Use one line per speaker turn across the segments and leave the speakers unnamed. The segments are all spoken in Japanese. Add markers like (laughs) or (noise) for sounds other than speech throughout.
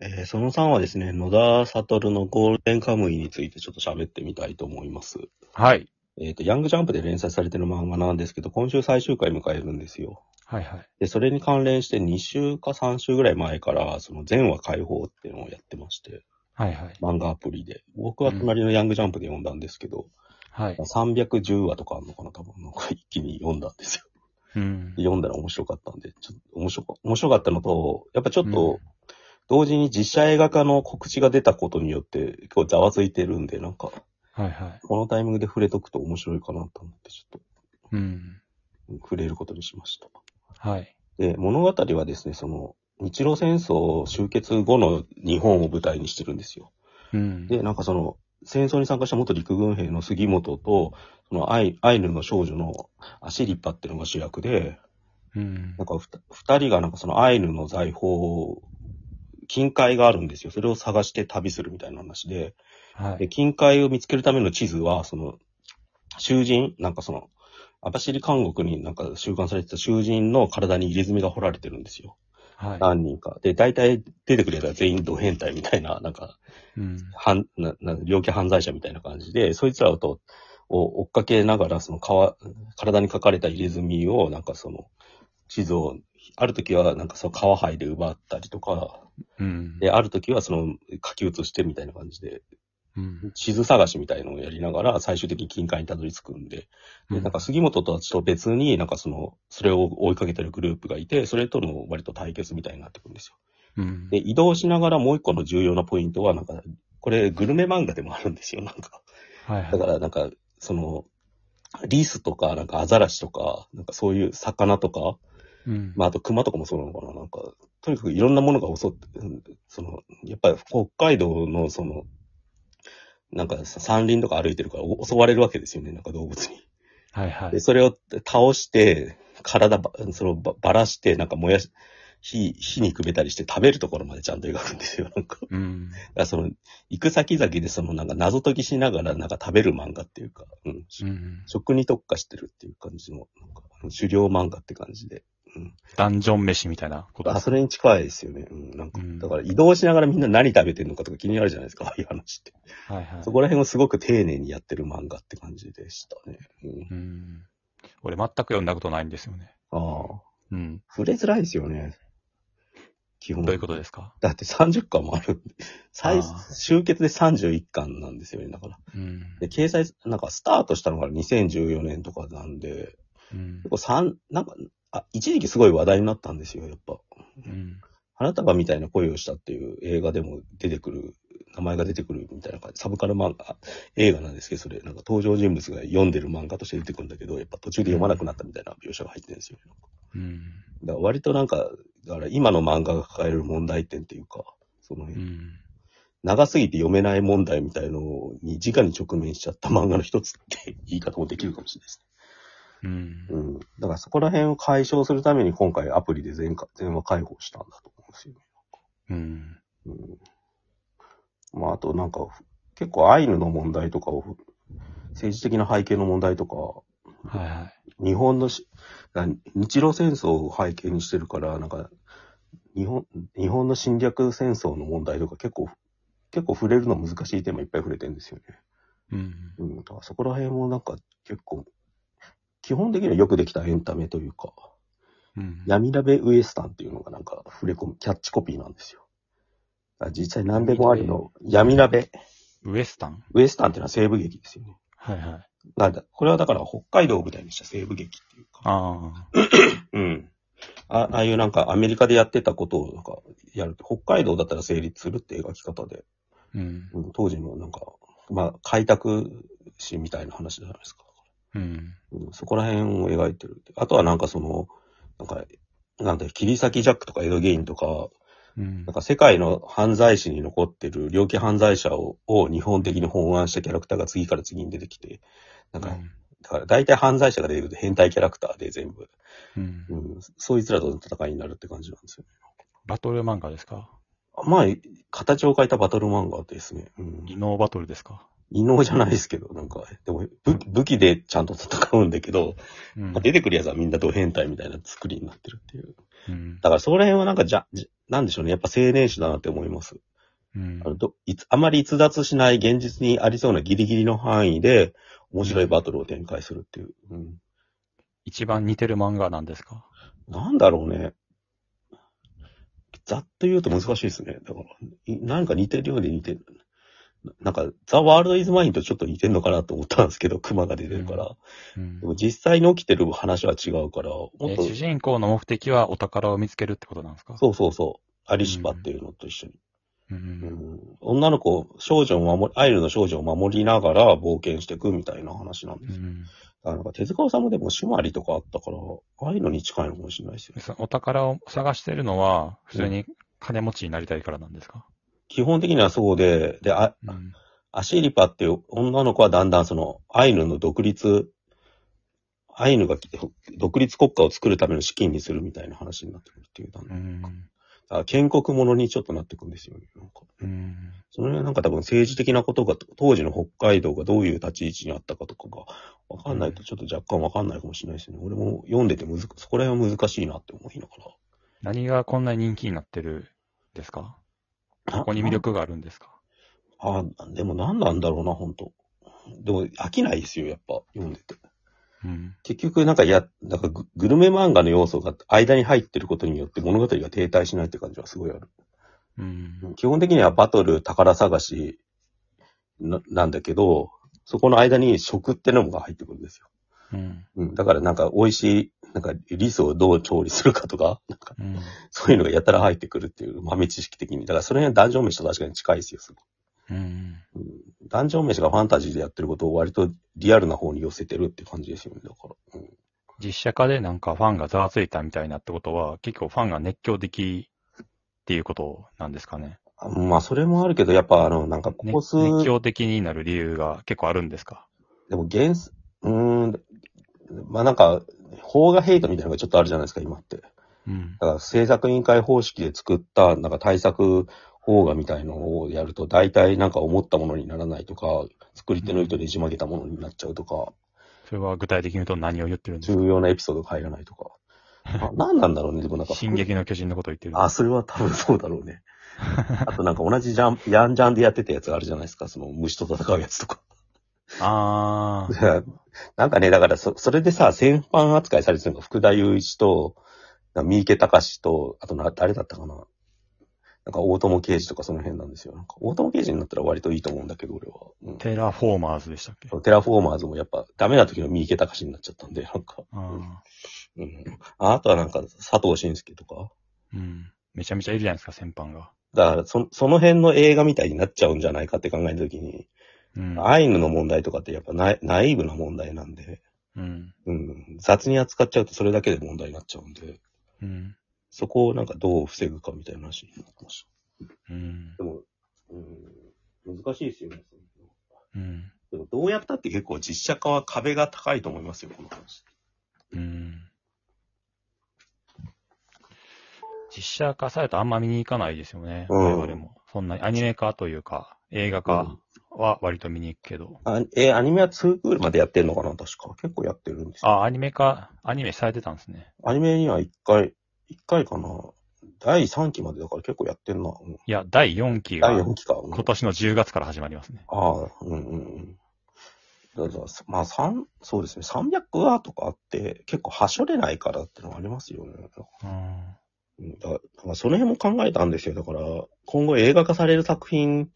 えーその3はですね、野田悟のゴールデンカムイについてちょっと喋ってみたいと思います。
はい。
えっ、と、ヤングジャンプで連載されてる漫画なんですけど、今週最終回迎えるんですよ。
はいはい。
で、それに関連して2週か3週ぐらい前から、その全話解放っていうのをやってまして、
はいはい。
漫画アプリで。僕は隣のヤングジャンプで読んだんですけど、
はい。
310話とかあるのかな多分、なんか一気に読んだんですよ。
うん
で。読んだら面白かったんで、ちょっと面白か面白かったのと、やっぱちょっ
うん
と、同時に実写映画化の告知が出たことによって、結構ざわついてるんで、なんか、
はいはい。
このタイミングで触れとくと面白いかなと思って、ちょっ
うん。
と触れることにしました。
はい。
で、物語はですね、その、日露戦争終結後の日本を舞台にしてるんですよ。
うん。
で、なんかその、戦争に参加した元陸軍兵の杉本と、そのアイアイヌの少女のアシリッパっていうのが主役で、
うん
なん。かふた二人がなんかそのアイヌの財宝を、金塊があるんですよ。それを探して旅するみたいな話で、
は
で
い。
金塊を見つけるための地図は、その、囚人、なんかその、網走監獄になんか収監されてた囚人の体に入れ墨が彫られてるんですよ。
は
何人か。で、大体出てくるやつは全員ド変態みたいな、なんか、
い。うん。
犯なな猟奇犯罪者みたいな感じで、そいつらと、を追っかけながら、その川、体に書かれた入れ墨を、なんかその、地図を、ある時はなんかその川灰で奪ったりとか、
うん。
で、ある時はその書き写してみたいな感じで、
うん。
地図探しみたいのをやりながら、最終的に近海にたどり着くんで、
う
で、
ん
なんか杉本たちと別になんかその、それを追いかけてるグループがいて、それとの割と対決みたいになってくるんですよ。
うん。
で、移動しながらもう一個の重要なポイントは、なんか、これグルメ漫画でもあるんですよ、なんか。
はいは
だ
い
か。らなんか、その、リスとか、なんかアザラシとか、なんかそういう魚とか、
うん。
まああと熊とかもそうなのかな、なんか、とにかくいろんなものが襲って、うんその、やっぱり北海道のその、なんか山林とか歩いてるからお襲われるわけですよね、なんか動物に。
はいは
で、
い。
それを倒して、体ば、そのばばらして、なんか燃やし、火、火にくべたりして食べるところまでちゃんと描くんですよ、なんか。
うん。
だからその、行く先々でそのなんか謎解きしながらなんか食べる漫画っていうか、うん。
うん。
食に特化してるっていう感じの、なんか狩猟漫画って感じで。
ダンジョン飯みたいなこと
あ、
です。
それに近いですよね。うん。なんか
うん、
だから移動しながらみんな何食べてるのかとか気になるじゃないですか、ああいう話って。
はいはい
そ。こら辺をすごく丁寧にやってる漫画って感じでしたね。うん。
うん。俺全く読んだことないんですよね。
ああ。
うん。
触れづらいですよね。基本。
どういうことですか
だって30巻もあるんで。最
ああ、
集結で31巻なんですよね、だから。
うん。
で、掲載、なんかスタートしたのが2014年とかなんで、
うん
結。構三なんか、あ、一時期すごい話題になったんですよ、やっぱ。
うん。
花束みたいな恋をしたっていう映画でも出てくる、名前が出てくるみたいな感じ、サブカル漫画、あ映画なんですけど、それ、なんか登場人物が読んでる漫画として出てくるんだけど、やっぱ途中で読まなくなったみたいな描写が入ってるんですよ。
うん。
だから割となんか、だから今の漫画が抱える問題点っていうか、その、
うん。
長すぎて読めない問題みたいのに直に直面しちゃった漫画の一つって言い方もできるかもしれないです
うん
ね。うん。だからそこら辺を解消するために今回アプリで全か全話解放したんだと思うんですよね。
うん。
うん。まあ、あとなんか、結構アイヌの問題とかを、政治的な背景の問題とか、
はいはい。
日本のし、な日露戦争を背景にしてるから、なんか、日本、日本の侵略戦争の問題とか結構、結構触れるの難しいテーマいっぱい触れてるんですよね。
うん。
うん、だからそこら辺もなんか結構、基本的にはよくできたエンタメというか、
うん。
闇鍋ウエスタンっていうのがなんか触れ込む、キャッチコピーなんですよ。だから実際何でもありの闇鍋、
ウエスタン
ウエスタンっていうのは西部劇ですよね。
はいはい。
なんだ、これはだから北海道を舞台にした西部劇っていうか。
あ
うん。あああいうなんかアメリカでやってたことをなんかやる。北海道だったら成立するって描き方で、
あ。うん。
うん、当時のなんか、まあ開拓史みたいな話じゃないですか。
うん。
うん、そこら辺を描いてる。あとはなんかその、なんか、なんだよ、切り裂きジャックとかエドゲインとか、
うん
なん。か世界の犯罪史に残ってる猟奇犯罪者をを日本的に翻案したキャラクターが次から次に出てきて、なんか、だから大体犯罪者が出てくると変態キャラクターで全部、
うん。
うん、そいつらとの戦いになるって感じなんですよね。
バトル漫画ですか
まあ、形を変えたバトル漫画ですね。うん
技。能バトルですか
異能じゃないですけど、なんか、でも武武器でちゃんと戦うんだけど、
うん
まあ出てくるやつはみんなド変態みたいな作りになってるっていう。
うん
だからそこら辺はなんかじゃ、じなんでしょうね。やっぱ青年誌だなって思います。
うん
あ。のどいつあまり逸脱しない現実にありそうなギリギリの範囲で、面白いバトルを展開するっていう。うん。
一番似てる漫画なんですか
なんだろうね。ざっと言うと難しいですね。だから、いなんか似てるようで似てる。ななんか、ザ・ワールド・イズ・マインとちょっと似てんのかなと思ったんですけど、熊が出てるから。
うん
でも実際に起きてる話は違うから、もっ
え
と、
主人公の目的はお宝を見つけるってことなんですか
そうそうそう、アリシパっていうのと一緒に。
う。
うんん、女の子、少女を守り、アイルの少女を守りながら冒険していくみたいな話なん
う
です。
ん。
あなんか手塚治虫でもシュマリとかあったから、ああいうのに近いのかもしれないですよね。
そのお宝を探してるのは、普通に金持ちになりたいからなんですか
基本的にはそうで、で、あ、
うん。
アシリパっていう女の子はだんだんその、アイヌの独立、アイヌが独立国家を作るための資金にするみたいな話になってくるっていう。だん
う
だん
ん。
あ建国ものにちょっとなってくるんですよね。なんか
うん。
その辺はなんか多分政治的なことが、当時の北海道がどういう立ち位置にあったかとかがわかんないとちょっと若干わかんないかもしれないですね。俺も読んでてむず、そこら辺は難しいなって思いなが。
何がこんなに人気になってるんですからここに魅力があるんですか
ああ、でも何なんだろうな、本当でも飽きないですよ、やっぱ読んでて。
うん。
結局なんかや、なんかググルメ漫画の要素が間に入ってることによって物語が停滞しないって感じはすごいある。
うん。
基本的にはバトル、宝探しななんだけど、そこの間に食ってのが入ってくるんですよ。
うん。
うん、だからなんか美味しい、なんかリスをどう調理するかとか、なんか
うん。
そういうのがやたら入ってくるっていう豆知識的に。だからその辺はダンジョン飯と確かに近いですよ、すごい
うん。
ダンジョン飯がファンタジーでやってることを割とリアルな方に寄せてるって感じですよね、だから。うん、
実写化でなんかファンがざわついたみたいなってことは、結構ファンが熱狂的っていうことなんですかね。
あまあそれもあるけど、やっぱあの、なんかこ
ね
こ
熱
数、で
狂的になる理由が結構あるんですか
も原す、うーん、まあなんか、法がヘイトみたいなのがちょっとあるじゃないですか、今って。
うん。
だから制作委員会方式で作った、なんか対策法画みたいのをやると、大体なんか思ったものにならないとか、作り手の意図でじ曲げたものになっちゃうとか、
それは具体的に言うと何を言ってるんです
重要なエピソードが入らないとか。あ何なんだろうね、でもなん
か
か。
進撃の巨人のことを言ってるんで
あ、
す
それは多分そうだろうね。あとなんか同じジャン、ヤンジャンでやってたやつがあるじゃないですか、その虫と戦うやつとか。 (laughs)
あー。
なんかね、だからそ、それでさ、先般扱いされてるのが福田雄一と、なんか三池隆と、あとな、誰だったかな。なんか大友刑事とかその辺なんですよ。なんか大友刑事になったら割といいと思うんだけど、俺は。うん
テラフォーマーズでしたっけ
テラフォーマーズもやっぱダメな時の三池隆になっちゃったんで、なんか。
あ
うん、ああとはなんか佐藤慎介とか。
ー。うん。めちゃめちゃいるじゃないですか、先般が。
だからそ、その辺の映画みたいになっちゃうんじゃないかって考えた時に、
うん。
アイヌの問題とかってやっぱナイナイーブな問題なんで、
うん。
うん、雑に扱っちゃうとそれだけで問題になっちゃうんで。
うん。
そこをなんかどう防ぐかみたいな話になってまし
うん
た。。でも、うん、難しいですよね。
うん。
でもどうやったって結構実写化は壁が高いと思いますよ、この話。
うん。実写化されたらあんま見に行かないですよね。
うん
我々も。そんなにアニメ化というか、映画化は割と見に行くけど。
あえアニメは2クールまでやってるのかな確か。結構やってるんですよ。
あ、アニメ化、アニメされてたんですね。
アニメには1回、1回かな。第3期までだから結構やってんな。うん、
いや、第4期が
第4期か。うん
今年の10月から始まりますね。
ああ、うんうんうん。だから、まあ、三、そうですね、300話とかあって、結構はしょれないからってのはありますよね。
うん。
うんだだからその辺も考えたんですよ。だから、今後映画化される作品、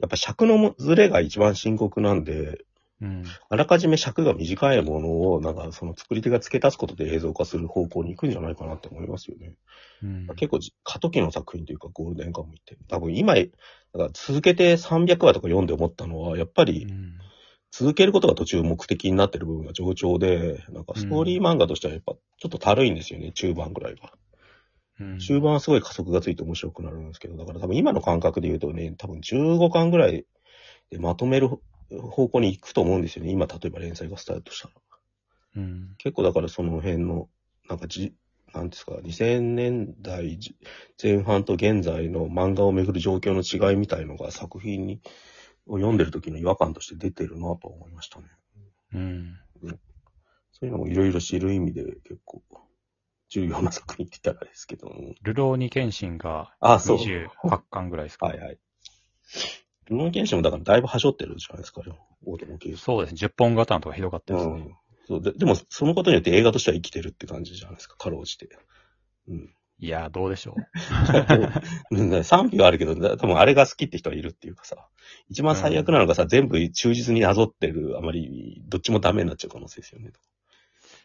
やっぱ尺のもずれが一番深刻なんで、
うん。
あらかじめ尺が短いものを、なんかその作り手が付け足すことで映像化する方向に行くんじゃないかなって思いますよね。
うん。
結構じ過渡期の作品というかゴールデンカムイって。多分今、なんか続けて300話とか読んで思ったのは、やっぱり
うん
続けることが途中目的になってる部分が上調で、なんかストーリー漫画としてはやっぱちょっとたるいんですよね、中盤ぐらいが。
うん。
終盤はすごい加速がついて面白くなるんですけど、だから多分今の感覚で言うとね、多分15巻ぐらいでまとめる方向に行くと思うんですよね。今、例えば連載がスタートしたら。
うん。
結構だからその辺の、なんかじ、なんですか、2000年代じ前半と現在の漫画をめぐる状況の違いみたいのが作品に、を読んでる時の違和感として出てるなと思いましたね。
うん。
そういうのもいろいろ知る意味で結構重要な作品って言ったらあれですけど。うん
ルローニケンシンが
あ、そう。
28巻ぐらいですか。
はいはい。ルノーケンシンもだからだいぶ端折ってるじゃないですか、大友圭介
そうですね。10本型のとかひどかったですね。
うんそうで。でも、そのことによって映画としては生きてるって感じじゃないですか、かろうじ (laughs) て。うん。
いやー、どうでしょう。
うん賛否はあるけど、だ多分あれが好きって人はいるっていうかさ、一番最悪なのがさ、全部忠実になぞってる、あまり、どっちもダメになっちゃう可能性ですよね。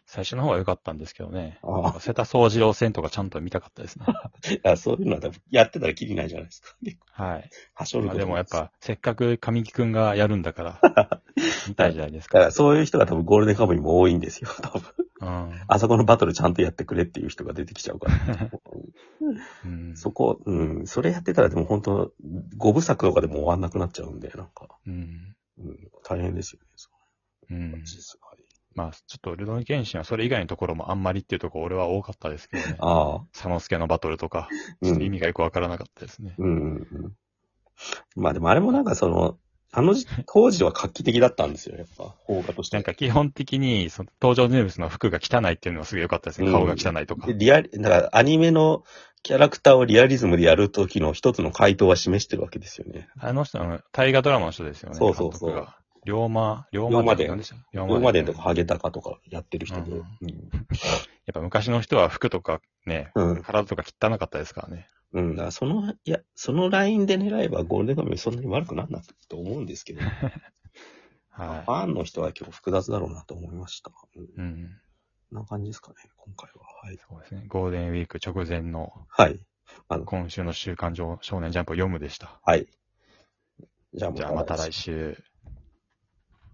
最初の方が良かったんですけどね。
ああ
瀬田総次郎戦とかちゃんと見たかったですね。
(laughs) いや、そういうのは多分やってたらきりないじゃないですか。で
はい。
端折る
まあ
こと
でもやっ。ぱ、せっかく神木くんがやるん
(laughs)
だから、見たいじゃないです
だか
か。
らそういう人が多分ゴールデンカムイも多いんですよ、 (laughs) 多分。
うん。
あそこのバトルちゃんとやってくれっていう人が出てきちゃう (laughs) から。
うん。
そこ、うん、それやってたらでも本当五部作とかでも終わんなくなっちゃうんで、なんか、
うん。
うん、大変ですよね。そうういうん感。じです。はい
まあ、ちょっと、ルドンケンシンはそれ以外のところもあんまりっていうところ俺は多かったですけどね。
ああ、
佐野助のバトルとか、
う
ちょっと意
ん。
味がよくわからなかったですね。
うんうんうん。まあでもあれもなんかその、あの時当時は画期的だったんですよ、やっぱ、邦画として。
なんか基本的に、その登場人物の服が汚いっていうのがすごい良かったですね。顔が汚いとか。
でリアリ、だからアニメのキャラクターをリアリズムでやるときの一つの回答は示してるわけですよね。
あの人の、大河ドラマの人ですよね。
そうそうそう
監督が。龍馬、龍
龍馬
馬
伝
伝なんでした龍
ローマ伝とか
やっ
ハゲタカとかやってる人で。
う
うんん。
ぱ昔の人は服とかね、
うん。
体とか汚かったですからね。
うん。だからその、いや、そのラインで狙えばゴールデンカムイそんなに悪くなんなくと思うんですけど、フ
は
ァンの人は結構複雑だろうなと思いました。うん。
い。うん。
こんな感じですかね、今回は。はい。
そうですね。ゴールデンウィーク直前の
はい。
今週の週刊少年ジャンプを読むでした。
はい。じゃあ、
じゃあまた来。週。